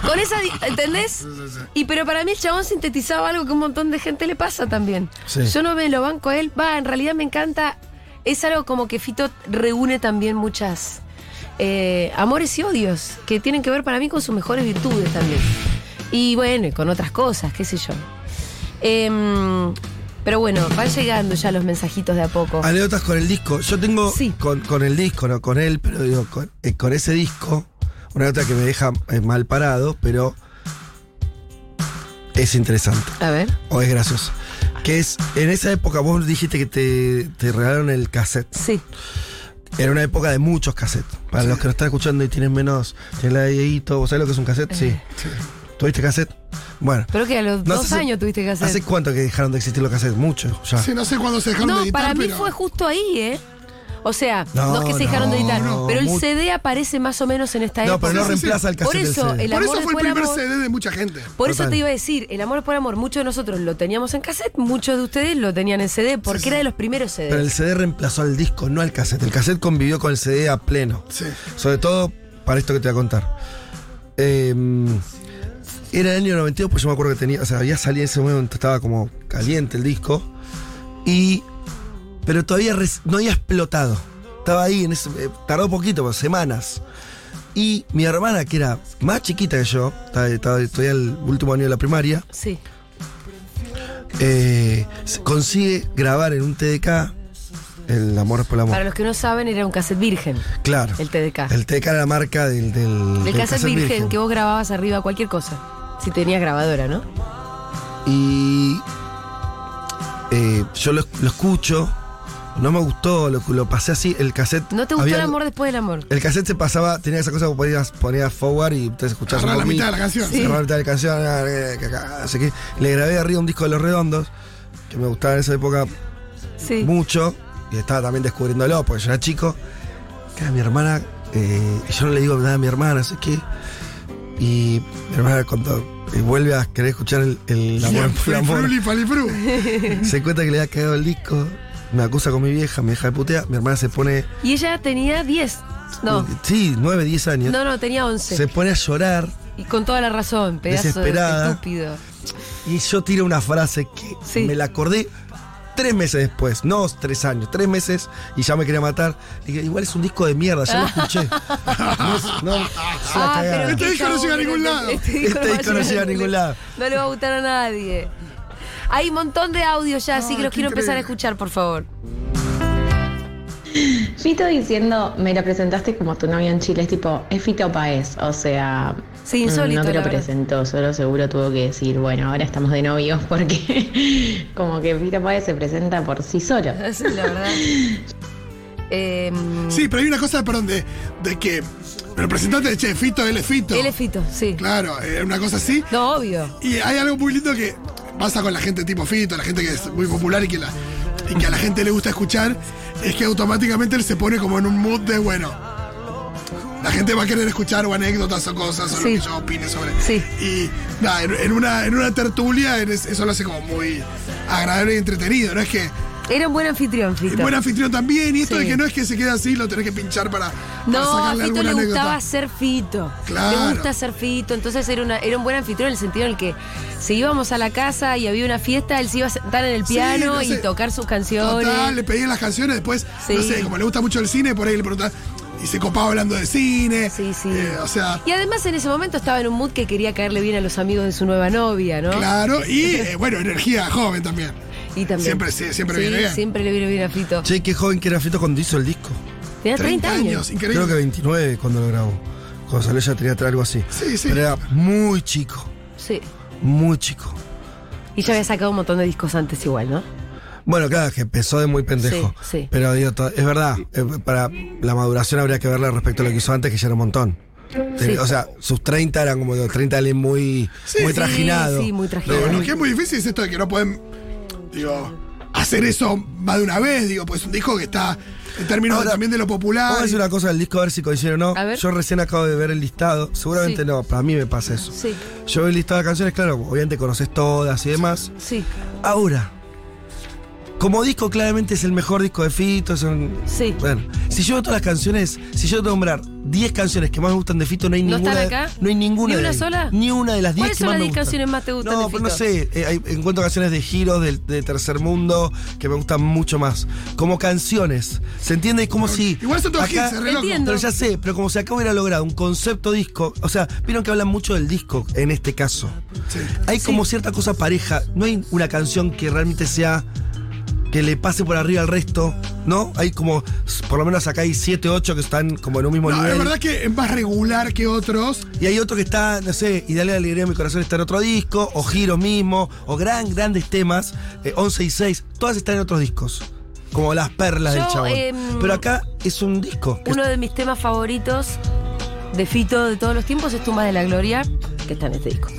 [SPEAKER 6] Con esa, di- ¿entendés? Y pero para mí el chabón sintetizaba algo que un montón de gente le pasa también.
[SPEAKER 12] Sí.
[SPEAKER 6] Yo no me lo banco a él. Va, en realidad me encanta. Es algo como que Fito reúne también muchas eh, amores y odios que tienen que ver para mí con sus mejores virtudes también. Y bueno, y con otras cosas, qué sé yo. Em, pero bueno, van llegando ya los mensajitos de a poco.
[SPEAKER 11] Anécdotas con el disco. Yo tengo con, con el disco, no con él, pero digo, con, eh, con ese disco, una nota que me deja eh, mal parado, pero es interesante.
[SPEAKER 6] A ver.
[SPEAKER 11] O es gracioso. Que es, en esa época vos dijiste que te, te regalaron el cassette.
[SPEAKER 6] Sí.
[SPEAKER 11] Era una época de muchos cassettes. Para los que lo están escuchando y tienen menos, tienen la de Dieguito, ¿vos sabés lo que es un cassette?
[SPEAKER 6] Eh.
[SPEAKER 11] Sí. ¿Tuviste cassette? Bueno.
[SPEAKER 6] Creo que a los
[SPEAKER 11] No
[SPEAKER 6] dos
[SPEAKER 11] sé si-
[SPEAKER 6] años tuviste que hacer.
[SPEAKER 11] ¿Hace cuánto que dejaron de existir los cassettes? Mucho, ya.
[SPEAKER 9] Sí, no sé cuándo se dejaron
[SPEAKER 6] no,
[SPEAKER 9] de editar,
[SPEAKER 6] para mí
[SPEAKER 9] pero-
[SPEAKER 6] fue justo ahí, ¿eh? O sea, no,
[SPEAKER 11] No,
[SPEAKER 6] es que se dejaron de editar,
[SPEAKER 11] no,
[SPEAKER 6] pero el
[SPEAKER 11] mu-
[SPEAKER 6] CD aparece más o menos en esta
[SPEAKER 11] No,
[SPEAKER 6] época.
[SPEAKER 11] pero no reemplaza el
[SPEAKER 6] eh, Por
[SPEAKER 11] cassette del
[SPEAKER 6] eso,
[SPEAKER 11] CD.
[SPEAKER 6] el
[SPEAKER 9] Por
[SPEAKER 6] amor
[SPEAKER 9] eso fue
[SPEAKER 6] después
[SPEAKER 9] el
[SPEAKER 6] del
[SPEAKER 9] primer
[SPEAKER 6] amor-
[SPEAKER 9] CD de mucha gente.
[SPEAKER 6] Por eso
[SPEAKER 11] Total.
[SPEAKER 6] te iba a decir, el amor por amor, muchos de nosotros lo teníamos en cassette, muchos de ustedes lo tenían en CD, porque era de los primeros CD.
[SPEAKER 11] Pero el CD reemplazó al disco, no al cassette. El cassette convivió con el CD a pleno. Sobre todo para esto que te voy a contar. Eh,
[SPEAKER 9] Em, Era el año 92, pues yo me acuerdo que tenía, o sea, había salido en ese momento, estaba como caliente el disco. Y. Pero todavía res- no había explotado. Estaba ahí, en ese, eh, tardó poquito, pues, semanas. Y mi hermana, que era más chiquita que yo, estaba, estaba todavía el último año de la primaria,
[SPEAKER 6] Sí.
[SPEAKER 9] eh, se- consigue grabar en un TDK El Amor es por el Amor.
[SPEAKER 6] Para los que no saben, era un cassette virgen,
[SPEAKER 9] Claro.
[SPEAKER 6] el TDK.
[SPEAKER 9] El TDK era la marca del. Del,
[SPEAKER 6] El
[SPEAKER 9] del
[SPEAKER 6] cassette virgen, que vos grababas arriba cualquier cosa. Si tenías grabadora, ¿no?
[SPEAKER 9] Y. eh, yo lo, lo escucho. No me gustó, lo, lo pasé así. El cassette.
[SPEAKER 6] ¿No te gustó
[SPEAKER 9] había-
[SPEAKER 6] el amor después del amor?
[SPEAKER 9] El cassette se pasaba, tenía esa cosa que ponías, ponías forward y te escuchabas
[SPEAKER 1] Agarraba la
[SPEAKER 9] poquito.
[SPEAKER 1] mitad de la canción.
[SPEAKER 9] Sí. Agarraba la mitad de la canción. ah, eh, que acá, así que le grabé arriba un disco de Los Redondos, que me gustaba en esa época
[SPEAKER 6] Sí.
[SPEAKER 9] mucho. Y estaba también descubriéndolo, porque yo era chico. Que era mi hermana, eh, y yo no le digo nada a mi hermana, así que... Y mi hermana cuando eh, vuelve a querer escuchar el, el amor, por el amor,
[SPEAKER 1] Fruli, palifru.
[SPEAKER 9] se cuenta que le ha quedado el disco, me acusa con mi vieja, mi vieja de putea, mi hermana se pone...
[SPEAKER 6] Y ella tenía 10. No,
[SPEAKER 9] Sí, 9, 10 años.
[SPEAKER 6] no, no, tenía 11.
[SPEAKER 9] se pone a llorar
[SPEAKER 6] Y con toda la razón, pedazo de
[SPEAKER 9] Desesperada.
[SPEAKER 6] estúpido.
[SPEAKER 9] y yo tiro una frase que
[SPEAKER 6] Sí.
[SPEAKER 9] me la acordé tres meses después, no tres años, tres meses y ya me quería matar. Le dije, igual es un disco de
[SPEAKER 6] [laughs]
[SPEAKER 9] mierda, ya lo escuché. No, es- no, es una
[SPEAKER 6] Ah,
[SPEAKER 9] cagada.
[SPEAKER 6] pero
[SPEAKER 1] Este
[SPEAKER 6] qué
[SPEAKER 1] disco no llega a ningún
[SPEAKER 6] cabrón,
[SPEAKER 1] lado.
[SPEAKER 6] Este disco
[SPEAKER 9] Este
[SPEAKER 6] no va
[SPEAKER 9] disco no llega a ningún lado.
[SPEAKER 6] No le va a gustar a nadie. Hay un montón de audios ya, así que los
[SPEAKER 1] qué
[SPEAKER 6] quiero empezar a
[SPEAKER 1] increíble.
[SPEAKER 6] escuchar, por favor. [laughs]
[SPEAKER 3] Fito diciendo, me la presentaste como tu novia en Chile, es tipo, es Fito Paez, o sea,
[SPEAKER 6] Sí,
[SPEAKER 3] mm,
[SPEAKER 6] insólito,
[SPEAKER 3] no te
[SPEAKER 6] la
[SPEAKER 3] lo
[SPEAKER 6] verdad.
[SPEAKER 3] presentó, solo seguro tuvo que decir, bueno, ahora estamos de novios porque [laughs] como que Fito Paez se presenta por sí solo.
[SPEAKER 6] Es la verdad. Eh,
[SPEAKER 1] Sí, pero hay una cosa, perdón, de, de que. Pero presentate, che, Fito, él es Fito.
[SPEAKER 6] Él es Fito, sí.
[SPEAKER 1] Claro, eh, una cosa así.
[SPEAKER 6] No, obvio.
[SPEAKER 1] Y hay algo muy lindo que pasa con la gente tipo Fito, la gente que es muy popular y que, la, y que a la gente le gusta escuchar, es que automáticamente él se pone como en un mood de, bueno, la gente va a querer escuchar o anécdotas o cosas o
[SPEAKER 6] Sí.
[SPEAKER 1] lo que yo opine sobre.
[SPEAKER 6] Sí.
[SPEAKER 1] Y nada, en, en una, en una tertulia en es- eso lo hace como muy agradable y entretenido, ¿no? Es que
[SPEAKER 6] Era un buen anfitrión, Fito.
[SPEAKER 1] es buen anfitrión también y esto
[SPEAKER 6] Sí.
[SPEAKER 1] de que no es que se queda así, lo tenés que pinchar para, para
[SPEAKER 6] No, a
[SPEAKER 1] sacarle
[SPEAKER 6] Fito
[SPEAKER 1] alguna
[SPEAKER 6] le
[SPEAKER 1] anécdota.
[SPEAKER 6] gustaba ser Fito.
[SPEAKER 1] Claro.
[SPEAKER 6] Le gusta ser Fito. Entonces era, una, era un buen anfitrión en el sentido en el que si íbamos a la casa y había una fiesta, él se iba a sentar en el
[SPEAKER 1] Sí,
[SPEAKER 6] piano
[SPEAKER 1] no
[SPEAKER 6] y
[SPEAKER 1] sé.
[SPEAKER 6] tocar sus canciones.
[SPEAKER 1] Total, le pedían las canciones, después, no
[SPEAKER 6] Sí.
[SPEAKER 1] sé, como le gusta mucho el cine, por ahí le preguntaba. Y se copaba hablando de cine.
[SPEAKER 6] Sí, sí.
[SPEAKER 1] eh, o sea,
[SPEAKER 6] Y además en ese momento estaba en un mood que quería caerle bien a los amigos de su nueva novia, ¿no?
[SPEAKER 1] claro.
[SPEAKER 6] [laughs]
[SPEAKER 1] Y eh, bueno, energía joven también.
[SPEAKER 6] Y también.
[SPEAKER 1] Siempre, sí, siempre
[SPEAKER 6] Sí,
[SPEAKER 1] viene bien.
[SPEAKER 6] Siempre le vino bien a Fito.
[SPEAKER 9] Che, qué joven que era Fito cuando hizo el disco.
[SPEAKER 6] Tenía 30 años.
[SPEAKER 1] increíble.
[SPEAKER 9] Creo que 29 cuando lo grabó. Cuando salió ya tenía algo así.
[SPEAKER 1] Sí, sí.
[SPEAKER 9] Pero era muy chico,
[SPEAKER 6] Sí.
[SPEAKER 9] muy chico.
[SPEAKER 6] Y ya había sacado un montón de discos antes igual, ¿no?
[SPEAKER 9] Bueno, claro, que empezó de muy pendejo.
[SPEAKER 6] Sí, sí.
[SPEAKER 9] Pero digo, to- es verdad, eh, para la maduración habría que verla respecto a lo que hizo antes, que ya era un montón.
[SPEAKER 6] Sí.
[SPEAKER 9] O sea, sus 30 eran como digo, 30 alguien muy,
[SPEAKER 1] Sí,
[SPEAKER 9] muy
[SPEAKER 1] sí,
[SPEAKER 9] trajinado.
[SPEAKER 6] sí, muy
[SPEAKER 1] Lo,
[SPEAKER 6] trajinado.
[SPEAKER 1] lo que es muy difícil es esto de que no pueden, digo, hacer eso más de una vez, digo, pues es un disco que está en términos
[SPEAKER 9] Ahora,
[SPEAKER 1] también de lo
[SPEAKER 9] Vamos a
[SPEAKER 1] popular.
[SPEAKER 9] decir una cosa del disco, a ver si coincide o no.
[SPEAKER 6] A ver.
[SPEAKER 9] Yo recién acabo de ver el listado. Seguramente
[SPEAKER 6] Sí.
[SPEAKER 9] no, para mí me pasa eso.
[SPEAKER 6] Sí,
[SPEAKER 9] Yo veo el listado de canciones, claro, obviamente conoces todas y demás.
[SPEAKER 6] sí,
[SPEAKER 9] Ahora, como disco, claramente es el mejor disco de Fito. es un-
[SPEAKER 6] sí.
[SPEAKER 9] Bueno, si yo veo todas las canciones, si yo te nombrar 10 canciones que más me gustan de Fito, no hay
[SPEAKER 6] ¿No
[SPEAKER 9] ninguna.
[SPEAKER 6] están
[SPEAKER 9] de-
[SPEAKER 6] acá?
[SPEAKER 9] No hay ninguna.
[SPEAKER 6] ¿Ni
[SPEAKER 9] de
[SPEAKER 6] una
[SPEAKER 9] ahí.
[SPEAKER 6] sola?
[SPEAKER 9] Ni una de las 10
[SPEAKER 6] ¿Cuáles
[SPEAKER 9] que
[SPEAKER 6] son
[SPEAKER 9] más
[SPEAKER 6] las
[SPEAKER 9] me
[SPEAKER 6] 10
[SPEAKER 9] gustan.
[SPEAKER 6] canciones más te gustan
[SPEAKER 9] No,
[SPEAKER 6] de
[SPEAKER 9] pero no
[SPEAKER 6] Fito?
[SPEAKER 9] sé. eh, hay- encuentro canciones de Giros, de, de Tercer Mundo, que me gustan mucho más. Como canciones. ¿Se entiende? Es como si.
[SPEAKER 1] Igual son todos
[SPEAKER 9] acá-
[SPEAKER 1] hits, es re loco.
[SPEAKER 6] Entiendo.
[SPEAKER 9] pero ya sé, pero como si acá hubiera logrado un concepto disco, o sea, vieron que hablan mucho del disco en este caso.
[SPEAKER 1] Sí.
[SPEAKER 9] Hay como cierta cosa pareja, no hay una canción que realmente sea que le pase por arriba al resto, ¿no? Hay como, por lo menos acá hay 7, 8 que están como en un mismo
[SPEAKER 1] No,
[SPEAKER 9] nivel.
[SPEAKER 1] la verdad que es más regular que otros.
[SPEAKER 9] Y hay otro que está, no sé, y dale la alegría a mi corazón está en otro disco, o Giro mismo, o gran, grandes temas, eh, 11 y 6, todas están en otros discos. Como las perlas
[SPEAKER 6] Yo,
[SPEAKER 9] del chabón.
[SPEAKER 6] em,
[SPEAKER 9] Pero acá es un disco. que
[SPEAKER 6] Uno de mis temas favoritos de Fito de todos los tiempos es Tumbas de la Gloria, que está en este disco.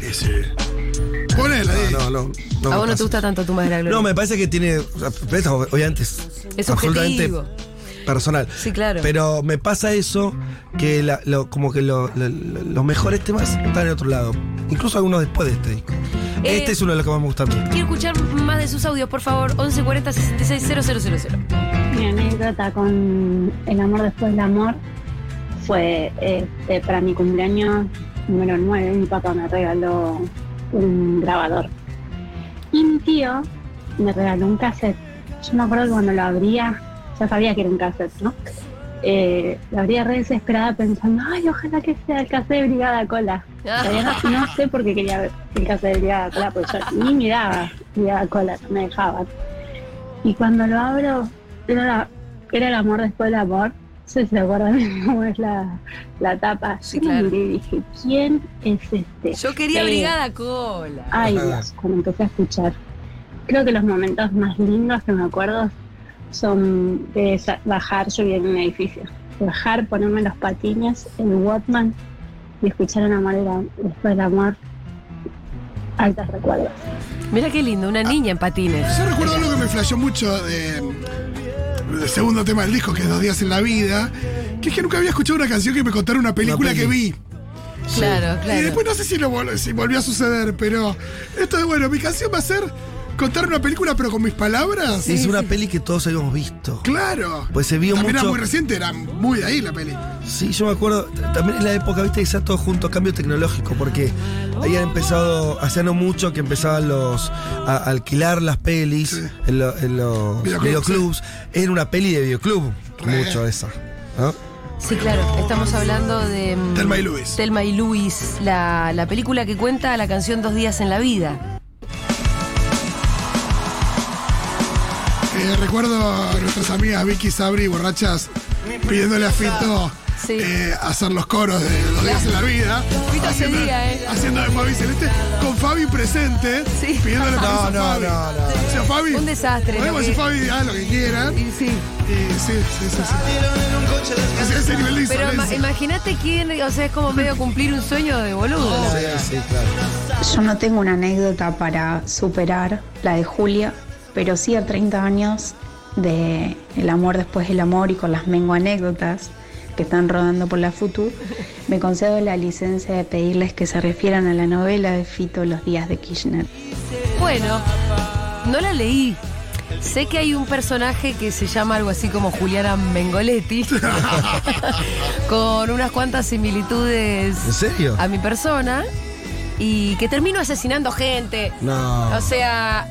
[SPEAKER 1] Ponela,
[SPEAKER 9] está-
[SPEAKER 1] di.
[SPEAKER 9] no, no,
[SPEAKER 6] ¿A
[SPEAKER 9] no me
[SPEAKER 6] vos no
[SPEAKER 9] pasa.
[SPEAKER 6] te gusta tanto Tumbas de la Gloria?
[SPEAKER 9] No, me parece que tiene. o sea, pero Obviamente es,
[SPEAKER 6] Es
[SPEAKER 9] absolutamente
[SPEAKER 6] objetivo.
[SPEAKER 9] personal.
[SPEAKER 6] Sí, claro.
[SPEAKER 9] Pero me pasa eso, que la- lo- como que lo- lo- lo- los mejores temas están en otro lado. Incluso algunos después de este disco.
[SPEAKER 6] Eh,
[SPEAKER 9] este es uno de los que más me gusta a mí.
[SPEAKER 6] Quiero escuchar más de sus audios, por favor. 1140 66 000.
[SPEAKER 13] Mi anécdota con el amor después del amor fue este, para mi cumpleaños
[SPEAKER 3] número 9, mi papá me regaló un grabador. Y mi tío me regaló un cassette. Yo me acuerdo que cuando lo abría, ya sabía que era un cassette, ¿no? Eh, lo abría re desesperada pensando, ay, ojalá que sea el cassette de Brigada Cola. La
[SPEAKER 6] Ah,
[SPEAKER 3] verdad es que no sé por qué quería ver el cassette de Brigada Cola, porque yo ni miraba Brigada Cola, no me dejaban. Y cuando lo abro, era, la- era el amor después del amor. No sé si se acuerdan [laughs] cómo es la, la tapa. Sí,
[SPEAKER 6] claro.
[SPEAKER 3] Y dije, ¿quién es este?
[SPEAKER 6] Yo quería
[SPEAKER 3] Eh,
[SPEAKER 6] Brigada Cola.
[SPEAKER 3] Ay, Dios, cuando empecé a escuchar. Creo que los momentos más lindos que me acuerdo son de sa- bajar, yo vivía en un edificio, bajar, ponerme los patines, el Watman y escuchar una manera después del amor. Altos recuerdos.
[SPEAKER 6] Mira qué lindo, una niña en patines.
[SPEAKER 9] Yo recuerdo algo que me flashó mucho de- del segundo tema del disco, que es Dos días en la vida, que es que nunca había escuchado una canción que me contara una película que vi.
[SPEAKER 6] Claro,
[SPEAKER 9] Y
[SPEAKER 6] claro.
[SPEAKER 9] después no sé si, lo vol- si volvió a suceder, pero esto es bueno, mi canción va a ser contar una película pero con mis palabras.
[SPEAKER 10] es una peli que todos habíamos visto.
[SPEAKER 9] Claro.
[SPEAKER 10] Pues se vio
[SPEAKER 9] También
[SPEAKER 10] mucho.
[SPEAKER 9] era muy reciente, era muy de ahí la peli.
[SPEAKER 10] Sí, yo me acuerdo, t- también es la época, viste, que está todo junto, cambio tecnológico, porque habían empezado, hacía no mucho que empezaban los a alquilar las pelis en, lo- en los
[SPEAKER 9] Videoclubs,
[SPEAKER 10] videoclubs. Era una peli de videoclub,
[SPEAKER 9] Re.
[SPEAKER 10] mucho esa. ¿no?
[SPEAKER 6] Sí, claro. Estamos hablando de. mm,
[SPEAKER 9] Thelma y Luis.
[SPEAKER 6] Thelma y Luis, la, la película que cuenta la canción Dos días en la vida.
[SPEAKER 9] Eh, recuerdo a nuestras amigas Vicky, Sabri y Borrachas pidiéndole a Fito
[SPEAKER 6] Sí.
[SPEAKER 9] eh, hacer los coros de Los días en la vida.
[SPEAKER 6] Fito ese
[SPEAKER 9] haciendo,
[SPEAKER 6] día, ¿eh?
[SPEAKER 9] haciendo de Fabi Celeste, con Fabi presente,
[SPEAKER 6] Sí.
[SPEAKER 9] pidiéndole permiso
[SPEAKER 10] No,
[SPEAKER 9] a
[SPEAKER 10] no,
[SPEAKER 9] Fabi.
[SPEAKER 10] no, no.
[SPEAKER 9] O sea, Fabi,
[SPEAKER 6] Un desastre.
[SPEAKER 9] podemos
[SPEAKER 6] lo
[SPEAKER 9] decir
[SPEAKER 6] que-
[SPEAKER 9] Fabi, ah, lo que quieran.
[SPEAKER 6] Y sí.
[SPEAKER 9] Y sí, sí, sí. sí. Ese, ese nivel de
[SPEAKER 6] Pero ima-
[SPEAKER 9] insolencia.
[SPEAKER 6] imagínate quién, o sea, es como medio cumplir un sueño de boludo.
[SPEAKER 10] Oh, Sí, sí, claro.
[SPEAKER 3] Yo no tengo una anécdota para superar la de Julia, pero sí a 30 años de El amor después del amor y con las mengo anécdotas que están rodando por la Futu, me concedo la licencia de pedirles que se refieran a la novela de Fito Los días de Kirchner.
[SPEAKER 6] Bueno, no la leí. Sé que hay un personaje que se llama algo así como Juliana Mengoletti, [laughs] con unas cuantas similitudes
[SPEAKER 10] ¿En serio?
[SPEAKER 6] a mi persona, y que termino asesinando gente.
[SPEAKER 10] No.
[SPEAKER 6] O sea,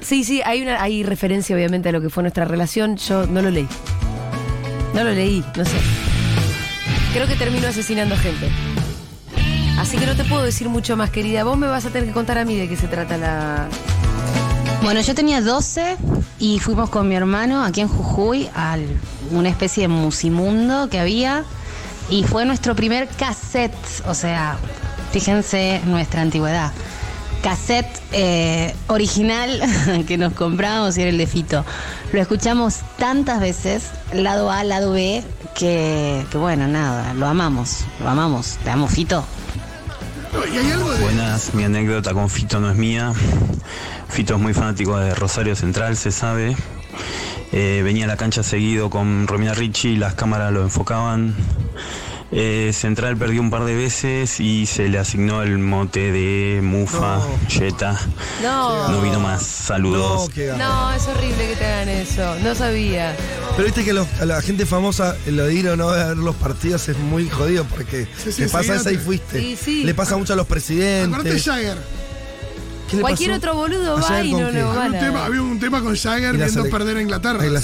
[SPEAKER 6] sí, sí, hay una, hay referencia obviamente a lo que fue nuestra relación. Yo no lo leí. No lo leí, no sé. Creo que termino asesinando gente. Así que no te puedo decir mucho más, querida. Vos me vas a tener que contar a mí de qué se trata la.
[SPEAKER 14] Bueno, yo tenía 12 y fuimos con mi hermano aquí en Jujuy a una especie de musimundo que había y fue nuestro primer cassette, o sea, fíjense nuestra antigüedad. Cassette eh, original [laughs] que nos comprábamos y era el de Fito. Lo escuchamos tantas veces, lado A, lado B, que, que bueno, nada, lo amamos, lo amamos. Te amo, Fito.
[SPEAKER 9] Y hay algo de.
[SPEAKER 15] Buenas, mi anécdota con Fito no es mía. Fito es muy fanático de Rosario Central, se sabe. Eh, venía a la cancha seguido con Romina Ricci, las cámaras lo enfocaban. Eh, Central perdió un par de veces y se le asignó el mote de Mufa, Jetta.
[SPEAKER 6] No.
[SPEAKER 15] No vino más. Saludos.
[SPEAKER 10] No, qué gana.
[SPEAKER 6] No, es horrible que te hagan eso. No sabía.
[SPEAKER 10] Pero viste que los- a la gente famosa, lo de ir o no a ver los partidos es muy jodido porque
[SPEAKER 9] sí,
[SPEAKER 10] te pasa esa
[SPEAKER 9] enseguida
[SPEAKER 10] y
[SPEAKER 9] te-
[SPEAKER 10] fuiste.
[SPEAKER 6] Sí, sí.
[SPEAKER 10] Le pasa mucho a los
[SPEAKER 9] Acordate de
[SPEAKER 10] presidentes.
[SPEAKER 9] Jagger.
[SPEAKER 10] ¿Qué le
[SPEAKER 6] Cualquier
[SPEAKER 10] pasó?
[SPEAKER 6] otro boludo
[SPEAKER 10] Ayer
[SPEAKER 6] va y
[SPEAKER 10] con
[SPEAKER 6] no
[SPEAKER 10] qué?
[SPEAKER 6] lo
[SPEAKER 9] Había
[SPEAKER 6] van
[SPEAKER 9] un,
[SPEAKER 6] a-
[SPEAKER 9] tema, había un tema con Jagger
[SPEAKER 10] Y la
[SPEAKER 9] viendo
[SPEAKER 10] sele-
[SPEAKER 9] perder a Inglaterra.
[SPEAKER 10] y la